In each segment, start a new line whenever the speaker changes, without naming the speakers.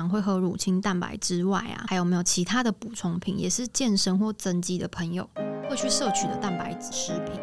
常会喝乳清蛋白之外啊，还有没有其他的补充品，也是健身或增肌的朋友会去摄取的蛋白质食品？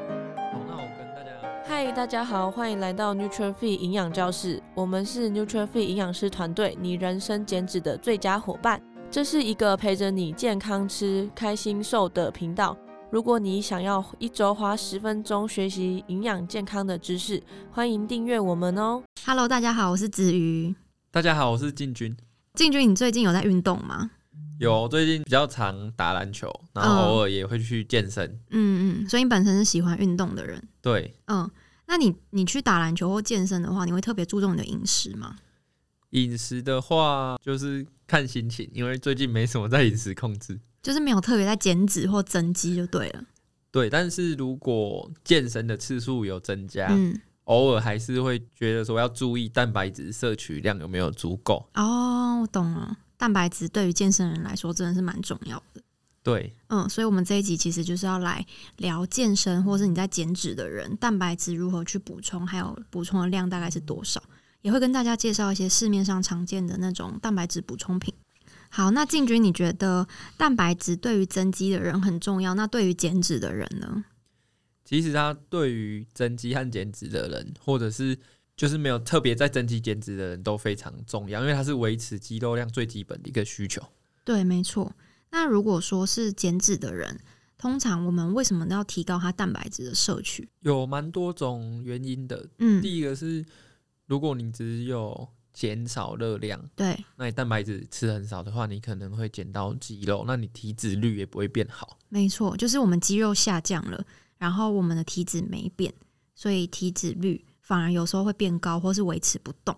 好，那我跟大家，
嗨，大家好，欢迎来到 NutriFit 营养教室。我们是 NutriFit 营养师团队，你人生减脂的最佳伙伴。这是一个陪着你健康吃、开心瘦的频道。如果你想要一周花十分钟学习营养健康的知识，欢迎订阅我们哦。
Hello，大家好，我是子瑜。
大家好，我是进军。
静君，你最近有在运动吗？
有最近比较常打篮球，然
嗯
后偶尔也会去健身。
嗯嗯，所以你本身是喜欢运动的人。
对，
嗯，那你你去打篮球或健身的话，你会特别注重你的饮食吗？
饮食的话就是看心情，因为最近没什么在饮食控制。
就是没有特别在减脂或增肌就对了。
对，但是如果健身的次数有增加，
嗯，
偶尔还是会觉得说要注意蛋白质摄取量有没有足够。
哦，我懂了。蛋白质对于健身人来说真的是蛮重要的。
对，
嗯，所以我们这一集其实就是要来聊健身，或是你在减脂的人，蛋白质如何去补充，还有补充的量大概是多少，也会跟大家介绍一些市面上常见的那种蛋白质补充品。好，那静君，你觉得蛋白质对于增肌的人很重要，那对于减脂的人呢？
其实它对于增肌和减脂的人，或者是就是没有特别在增肌减脂的人都非常重要，因为它是维持肌肉量最基本的一个需求。
对，没错。那如果说是减脂的人，通常我们为什么要提高他蛋白质的摄取？
有蛮多种原因的，
嗯，
第一个是如果你只有减少热量，
对，
那你蛋白质吃很少的话，你可能会减到肌肉，那你体脂率也不会变好。
没错，就是我们肌肉下降了，然后我们的体脂没变，所以体脂率反而有时候会变高，或是维持不动。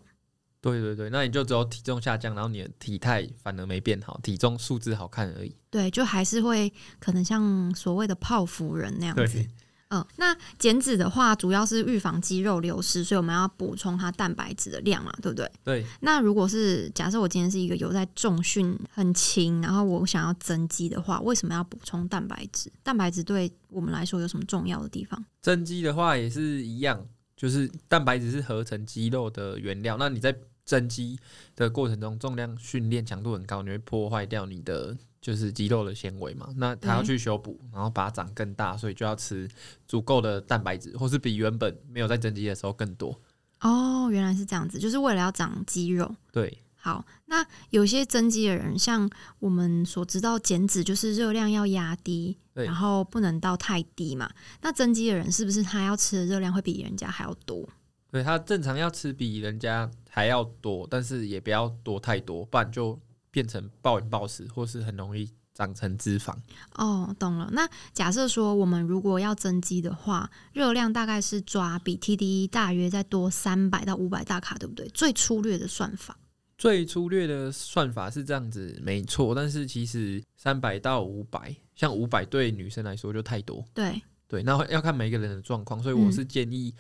对对对，那你就只有体重下降，然后你的体态反而没变好，体重数字好看而已。
对，就还是会可能像所谓的泡芙人那样子。
对，
嗯，那减脂的话，主要是预防肌肉流失，所以我们要补充它蛋白质的量嘛，对不对？
对，
那如果是假设我今天是一个有在重训很轻，然后我想要增肌的话，为什么要补充蛋白质？蛋白质对我们来说有什么重要的地方？
增肌的话也是一样，就是蛋白质是合成肌肉的原料。那你在增肌的过程中，重量训练强度很高，你会破坏掉你的就是肌肉的纤维嘛？那它要
对
去修补，然后把它长更大，所以就要吃足够的蛋白质，或是比原本没有在增肌的时候更多。
哦，原来是这样子，就是为了要长肌肉。
对
好，那有些增肌的人，像我们所知道减脂就是热量要压低，
对
然后不能到太低嘛。那增肌的人是不是他要吃的热量会比人家还要多？
对，它正常要吃比人家还要多，但是也不要多太多，不然就变成暴饮暴食，或是很容易长成脂肪。
哦，懂了。那假设说我们如果要增肌的话，热量大概是抓比 TDE 大约再多三百到五百大卡，对不对？最粗略的算法。
最粗略的算法是这样子，没错。但是其实三百到五百，像五百对女生来说就太多，
对，
对，那要看每个人的状况。所以我是建议，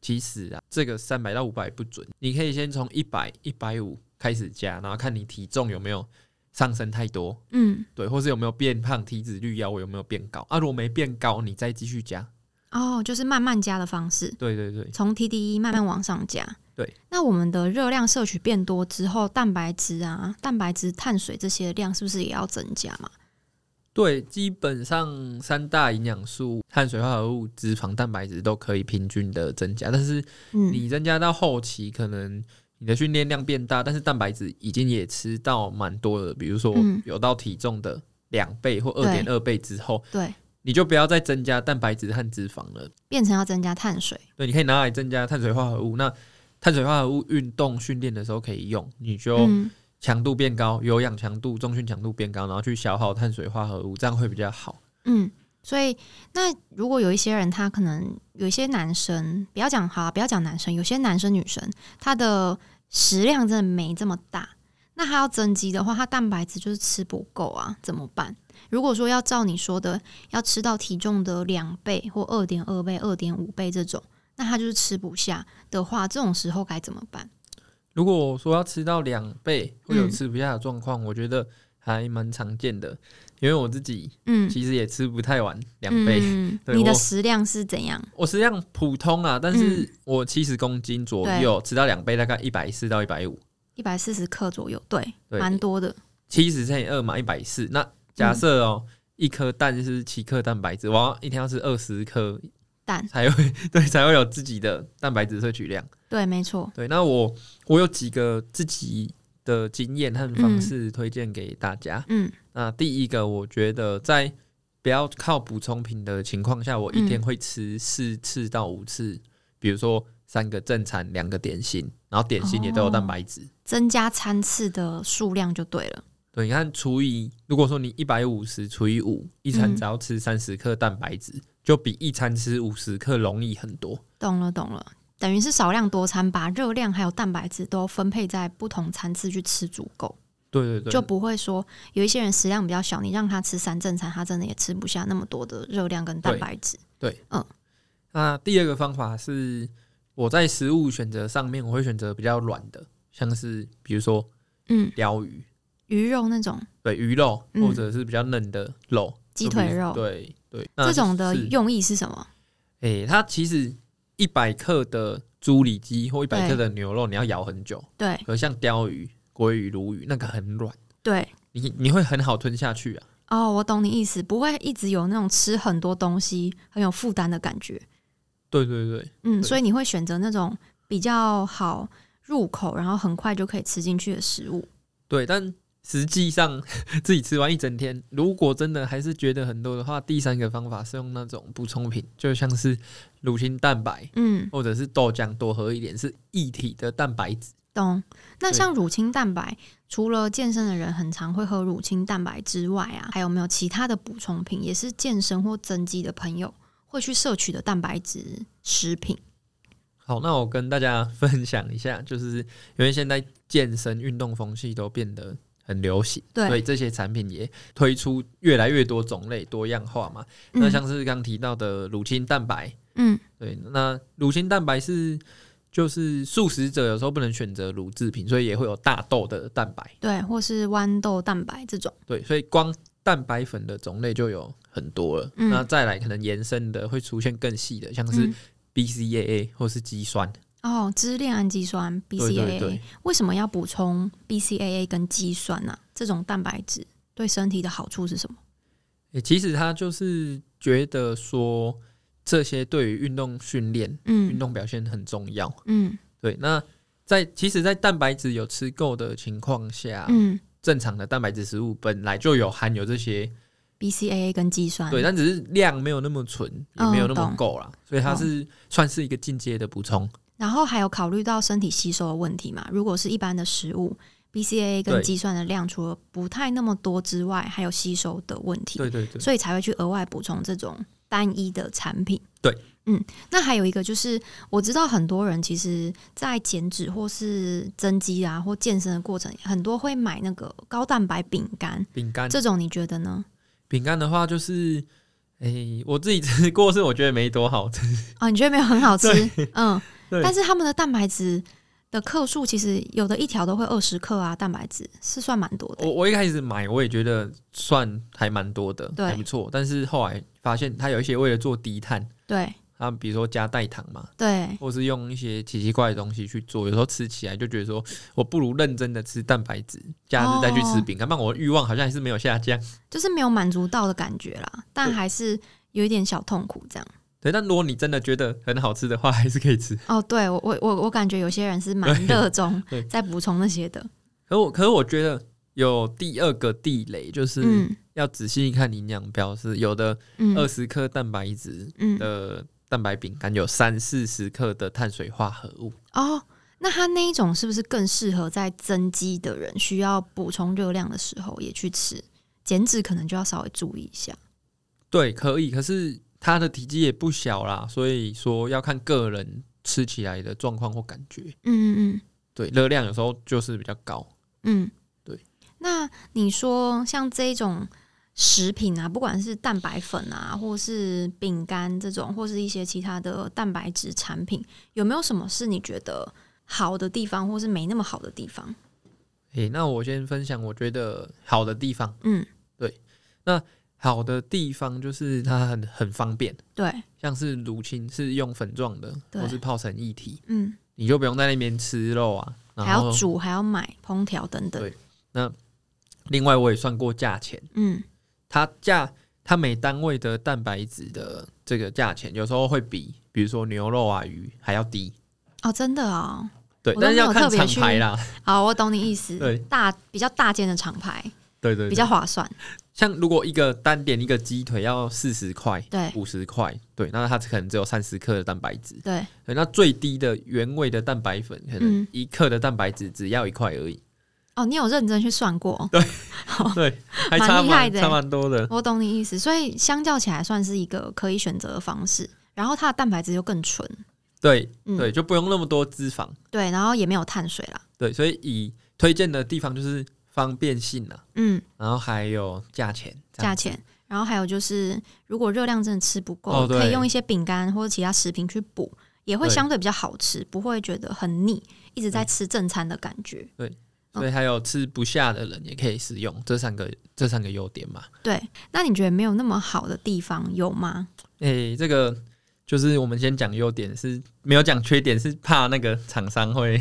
其实啊，这个三百到五百不准，你可以先从一百、一百五开始加，然后看你体重有没有上升太多，
嗯，
对，或是有没有变胖，体脂率要我有没有变高啊？如果没变高，你再继续加，
哦，就是慢慢加的方式。
对对对，
从 TDE 慢慢往上加。
对，
那我们的热量摄取变多之后，蛋白质啊、蛋白质、碳水这些量是不是也要增加嘛？
对，基本上三大营养素、碳水化合物、脂肪、蛋白质都可以平均的增加，但是
嗯，
你增加到后期，可能你的训练量变大，但是蛋白质已经也吃到蛮多了，比如说
嗯
有到体重的两倍或二
对
点二倍之后，
对，
你就不要再增加蛋白质和脂肪了。
变成要增加碳水。
对，你可以拿来增加碳水化合物。那碳水化合物运动训练的时候可以用，你就
嗯，
强度变高，有氧强度、重训强度变高，然后去消耗碳水化合物，这样会比较好。
嗯，所以那如果有一些人，他可能有一些男生，不要讲好啊、不要讲男生，有些男生女生，他的食量真的没这么大。那他要增肌的话，他蛋白质就是吃不够啊，怎么办？如果说要照你说的，要吃到体重的两倍或二点二倍、二点五倍这种，那他就是吃不下的话，这种时候该怎么办？
如果我说要吃到两倍会有
嗯
吃不下的状况，我觉得还蛮常见的，因为我自己
嗯，
其实也吃不太完两倍。
嗯
对
你的
我
食量是怎样？
我实际
嗯
上普通啊，但是我七十公斤左右，吃到两倍大概一百四到一百五。
一百四十克左右，对，
对
蛮多的。
七十乘以二嘛，一百四。那假设
嗯
哦，一颗蛋是七克蛋白质，我要一天要吃二十颗
蛋
才会 对才会有自己的蛋白质摄取量。
对，没错。
对，那我我有几个自己的经验和方式推荐给大家。
嗯
那第一个，我觉得在不要靠补充品的情况下，我一天
嗯
会吃四次到五次，比如说三个正餐，两个点心，然后点心也都有蛋白质。
增加餐次的数量就对了。
对，你看除以，如果说你一百五十除以五，一餐
嗯
只要吃三十克蛋白质，就比一餐吃五十克容易很多。
懂了，懂了，等于是少量多餐，把热量还有蛋白质都分配在不同餐次去吃足够，
对对对，
就不会说有一些人食量比较小，你让他吃三正餐，他真的也吃不下那么多的热量跟蛋白质。
那第二个方法是，我在食物选择上面，我会选择比较软的，像是比如说
嗯，
鲷鱼，
鱼肉那种
对鱼肉，
嗯
或者是比较嫩的肉，
鸡腿肉
就比如对对，那
这种的
是，
用意是什么？
诶、哎它其实一百克的猪里脊或一百克的牛肉，你要咬很久，
对
可像鲷鱼、鲑鱼、鲈鱼那个很软，
对，
你你会很好吞下去啊。
哦，我懂你意思，不会一直有那种吃很多东西很有负担的感觉。
对对对，
嗯，
对
所以你会选择那种比较好入口，然后很快就可以吃进去的食物。
对，但实际上 自己吃完一整天，如果真的还是觉得很多的话，第三个方法是用那种补充品，就像是乳清蛋白
嗯，
或者是豆浆多喝一点，是一体的蛋白质。
懂。那
对
像乳清蛋白，除了健身的人很常会喝乳清蛋白之外啊，还有没有其他的补充品，也是健身或增肌的朋友会去摄取的蛋白质食品？
好，那我跟大家 分享一下，就是因为现在健身运动风气都变得很流行，
对
所以这些产品也推出越来越多种类多样化嘛。那像是刚提到的乳清蛋白，
嗯
对，那乳清蛋白是就是素食者有时候不能选择乳制品，所以也会有大豆的蛋白。
对，或是豌豆蛋白这种。
对，所以光蛋白粉的种类就有很多了。
嗯
那再来可能延伸的会出现更细的，像是
嗯
BCAA 或是肌酸。
哦，支链氨基酸 BCAA，
对对对，
为什么要补充 BCAA 跟肌酸呢、啊这种蛋白质对身体的好处是什么？
诶欸其实他就是觉得说这些对于运动训练、运
嗯
动表现很重要。
嗯
对，那在其实，在蛋白质有吃够的情况下，
嗯
正常的蛋白质食物本来就有含有这些
，BCAA 跟肌酸，
对，但只是量没有那么纯，也
嗯
没有那么
懂
够啦，所以它
懂
是算是一个进阶的补充。
然后还有考虑到身体吸收的问题嘛？如果是一般的食物，BCAA
对
跟肌酸的量除了不太那么多之外，还有吸收的问题，
对对对，
所以才会去额外补充这种单一的产品。
对，
嗯，那还有一个就是，我知道很多人其实，在减脂或是增肌啊，或健身的过程，很多会买那个高蛋白饼干，
饼干，
这种你觉得呢？
饼干的话就是，诶、我自己吃过是我觉得没多好吃，
哦，你觉得没有很好吃？嗯，
对
但是他们的蛋白质的克数，其实有的一条都会二十克啊，蛋白质是算蛮多的
我。我一开始买我也觉得算还蛮多的，
对
还不错，但是后来发现它有一些为了做低碳，
对
它比如说加代糖嘛。
对，
或是用一些奇奇怪的东西去做，有时候吃起来就觉得说，我不如认真的吃蛋白质，假日再去吃
哦
饼干，不然我的欲望好像还是没有下降。
就是没有满足到的感觉啦，但
对
还是有一点小痛苦这样。
对，但如果你真的觉得很好吃的话，还是可以吃。
哦，对我我我我感觉有些人是蛮热衷
对
在补充那些的，
可我可是我觉得有第二个地雷，就是
嗯
要仔细看营养标示，有的二
嗯
十克蛋白质
嗯，
的蛋白饼干有三四十克的碳水化合物。
哦，那他那一种是不是更适合在增肌的人需要补充热量的时候也去吃？减脂可能就要稍微注意一下。
对，可以，可是它的体积也不小啦，所以说要看个人吃起来的状况或感觉。
嗯嗯
对，热量有时候就是比较高。
嗯，嗯
对。
那你说像这一种食品啊，不管是蛋白粉啊，或是饼干这种，或是一些其他的蛋白质产品，有没有什么是你觉得好的地方，或是没那么好的地方？
诶，那我先分享我觉得好的地方。
嗯，
好的地方就是它很很方便，
对，
像是乳清是用粉状的，
对
或是泡成一体。
嗯
你就不用在那边吃肉啊，然
还要
后
煮，还要买烹调等等
对。另外我也算过价钱，
嗯
它价它每单位的蛋白质的这个价钱，有时候会比比如说牛肉啊鱼还要低。
哦，真的哦，
对
我，都
但是要
没有特
看
别
厂
去
牌啦。
好，我懂你意思。
对
大比较大间的厂牌
对对对
比较划算。
像如果一个单点一个鸡腿要四十块，
对
五十块，对，那它可能只有三十克的蛋白质。
对，
对，那最低的原味的蛋白粉，可能
嗯
一克的蛋白质只要一块而已。
哦，你有认真去算过？
对，还
哦蛮
差
厉害
蛮
的
差
欸
蛮多 的。
我懂你意思，所以相较起来算是一个可以选择的方式。然后它的蛋白质又更纯，
对
嗯，
对，就不用那么多脂肪。
对然后也没有碳水啦。
对，所以以推荐的地方就是方便性啊，
嗯，
然后还有价钱，这样
价钱。然后还有就是，如果热量真的吃不够，
哦对
可以用一些饼干或者其他食品去补，也会
对
相对比较好吃，不会觉得很腻，一直在
对
吃正餐的感觉。
所以还有吃不下的人也可以使用这三个这三个优点嘛。
对，那你觉得没有那么好的地方有吗？
诶、这个就是我们先讲优点，是没有讲缺点，是怕那个厂商会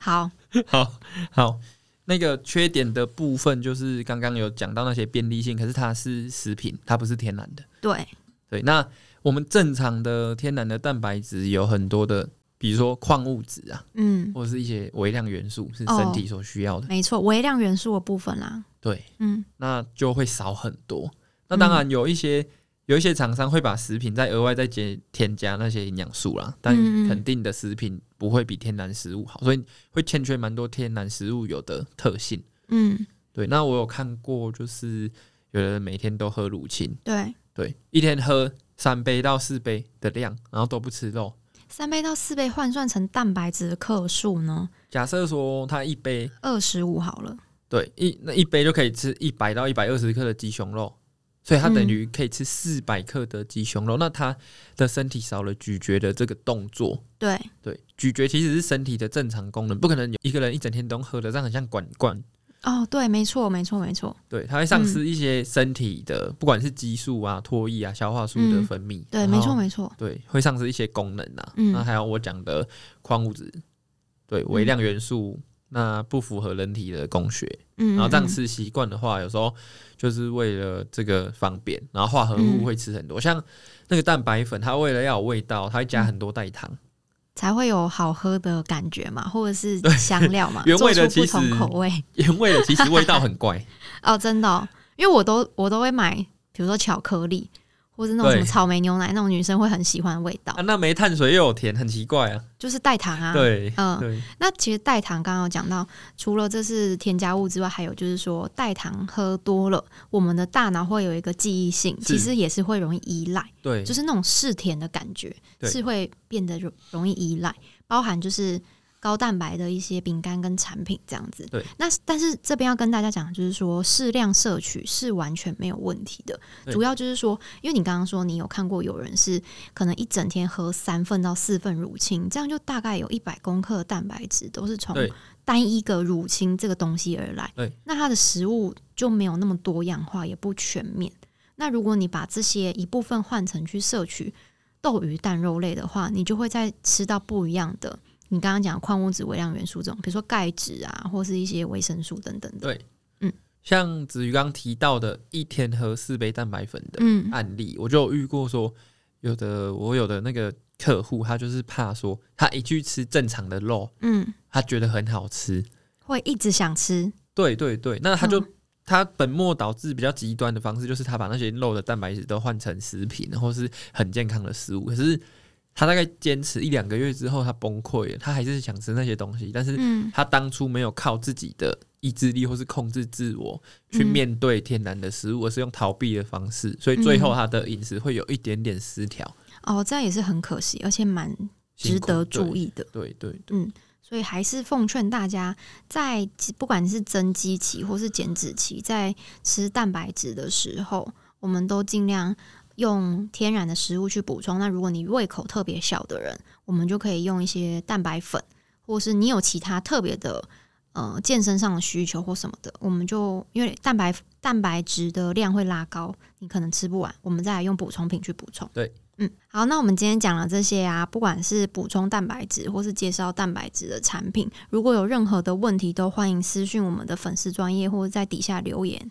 好，
好好。那个缺点的部分就是刚刚有讲到那些便利性，可是它是食品，它不是天然的。
对，
对，那我们正常的天然的蛋白质有很多的，比如说矿物质啊，
嗯，
或者是一些微量元素是
哦
身体所需要的。
没错，微量元素的部分啦，
对，
嗯，
那就会少很多。那当然有一些、有一些厂商会把食品再额外再加添加那些营养素啦，但
嗯嗯
肯定的食品不会比天然食物好，所以会欠缺蛮多天然食物有的特性。
嗯，
对，那我有看过，就是有人每天都喝乳清，
对，
对，一天喝三杯到四杯的量，然后都不吃肉。
三倍到四倍换算成蛋白质的克数呢，
假设说他一杯，
二十五好了，
对一那一杯就可以吃一百到一百二十克的鸡胸肉，所以它
嗯
等于可以吃四百克的鸡胸肉。那他的身体少了咀嚼的这个动作，
对，
对，咀嚼其实是身体的正常功能，不可能有一个人一整天都喝的，这样很像管灌。
哦，对，没错，没错，没错，
对，它会丧
嗯
失一些身体的，不管是激素啊、唾液啊、消化素的
嗯
分泌。
对，
然
没
后
错，没错，
对，会丧失一些功能啊。
嗯
那还有我讲的矿物质，对，微量元素，那不符合人体的工学。
嗯，
然后这样
嗯，
吃习惯的话，有时候就是为了这个方便，然后化合物
嗯
会吃很多，像那个蛋白粉，它为了要有味道，它会
嗯
加很多代糖。，
才会有好喝的感觉嘛，或者是香料嘛
原味的
做
其
出不
实
同口味，
原味的其实味道很 怪，
哦，真的、哦，因为我都我都会买，比如说巧克力，或是那种什么
对
草莓牛奶，那种女生会很喜欢的味道
啊，，那没碳水又有甜，很奇怪啊。
就是代糖啊，
对，
嗯
对，
那其实代糖刚刚有讲到，除了这是添加物之外，还有就是说代糖喝多了，我们的大脑会有一个记忆性，
是
其实也是会容易依赖，
对，
就是那种嗜甜的感觉，
对
是会变得容容易依赖，包含就是。高蛋白的一些饼干跟产品这样子，
对。
那但是这边要跟大家讲，就是说适量摄取是完全没有问题的。
对
主要就是说，因为你刚刚说你有看过有人是可能一整天喝三份到四份乳清，这样就大概有一百公克的蛋白质都是从
对
单一个乳清这个东西而来。
对，
那它的食物就没有那么多样化，也不全面。那如果你把这些一部分换成去摄取豆鱼蛋肉类的话，你就会再吃到不一样的。你刚刚讲的矿物质、微量元素这种，比如说钙质啊，或是一些维生素等等的。
对，
嗯，
像子瑜刚提到的，一天喝四杯蛋白粉的
嗯，
案例，我就有遇过说，有的我有的那个客户，他就是怕说，他一去吃正常的肉，
嗯，
他觉得很好吃，
会一直想吃。
对对对，那他就、
嗯
他本末倒置比较极端的方式，就是他把那些肉的蛋白质都换成食品，然后是很健康的食物。可是他大概坚持一两个月之后，他崩溃了，他还是想吃那些东西，但是
嗯，
他当初没有靠自己的意志力或是控制自我去
嗯
面对天然的食物，而是用逃避的方式，所以最
嗯
后他的饮食会有一点点失调。
哦，这样也是很可惜，而且蛮值
辛苦
得注
对
意的。
对对对，
嗯，所以还是奉劝大家，在不管是增肌期或是减脂期，在吃蛋白质的时候，我们都尽量用天然的食物去补充。那如果你胃口特别小的人，我们就可以用一些蛋白粉，或是你有其他特别的呃健身上的需求或什么的，我们就因为蛋白蛋白质的量会拉高，你可能吃不完，我们再来用补充品去补充。
对，
嗯，好，那我们今天讲了这些啊，不管是补充蛋白质或是介绍蛋白质的产品，如果有任何的问题，都欢迎私讯我们的粉丝专业或者在底下留言。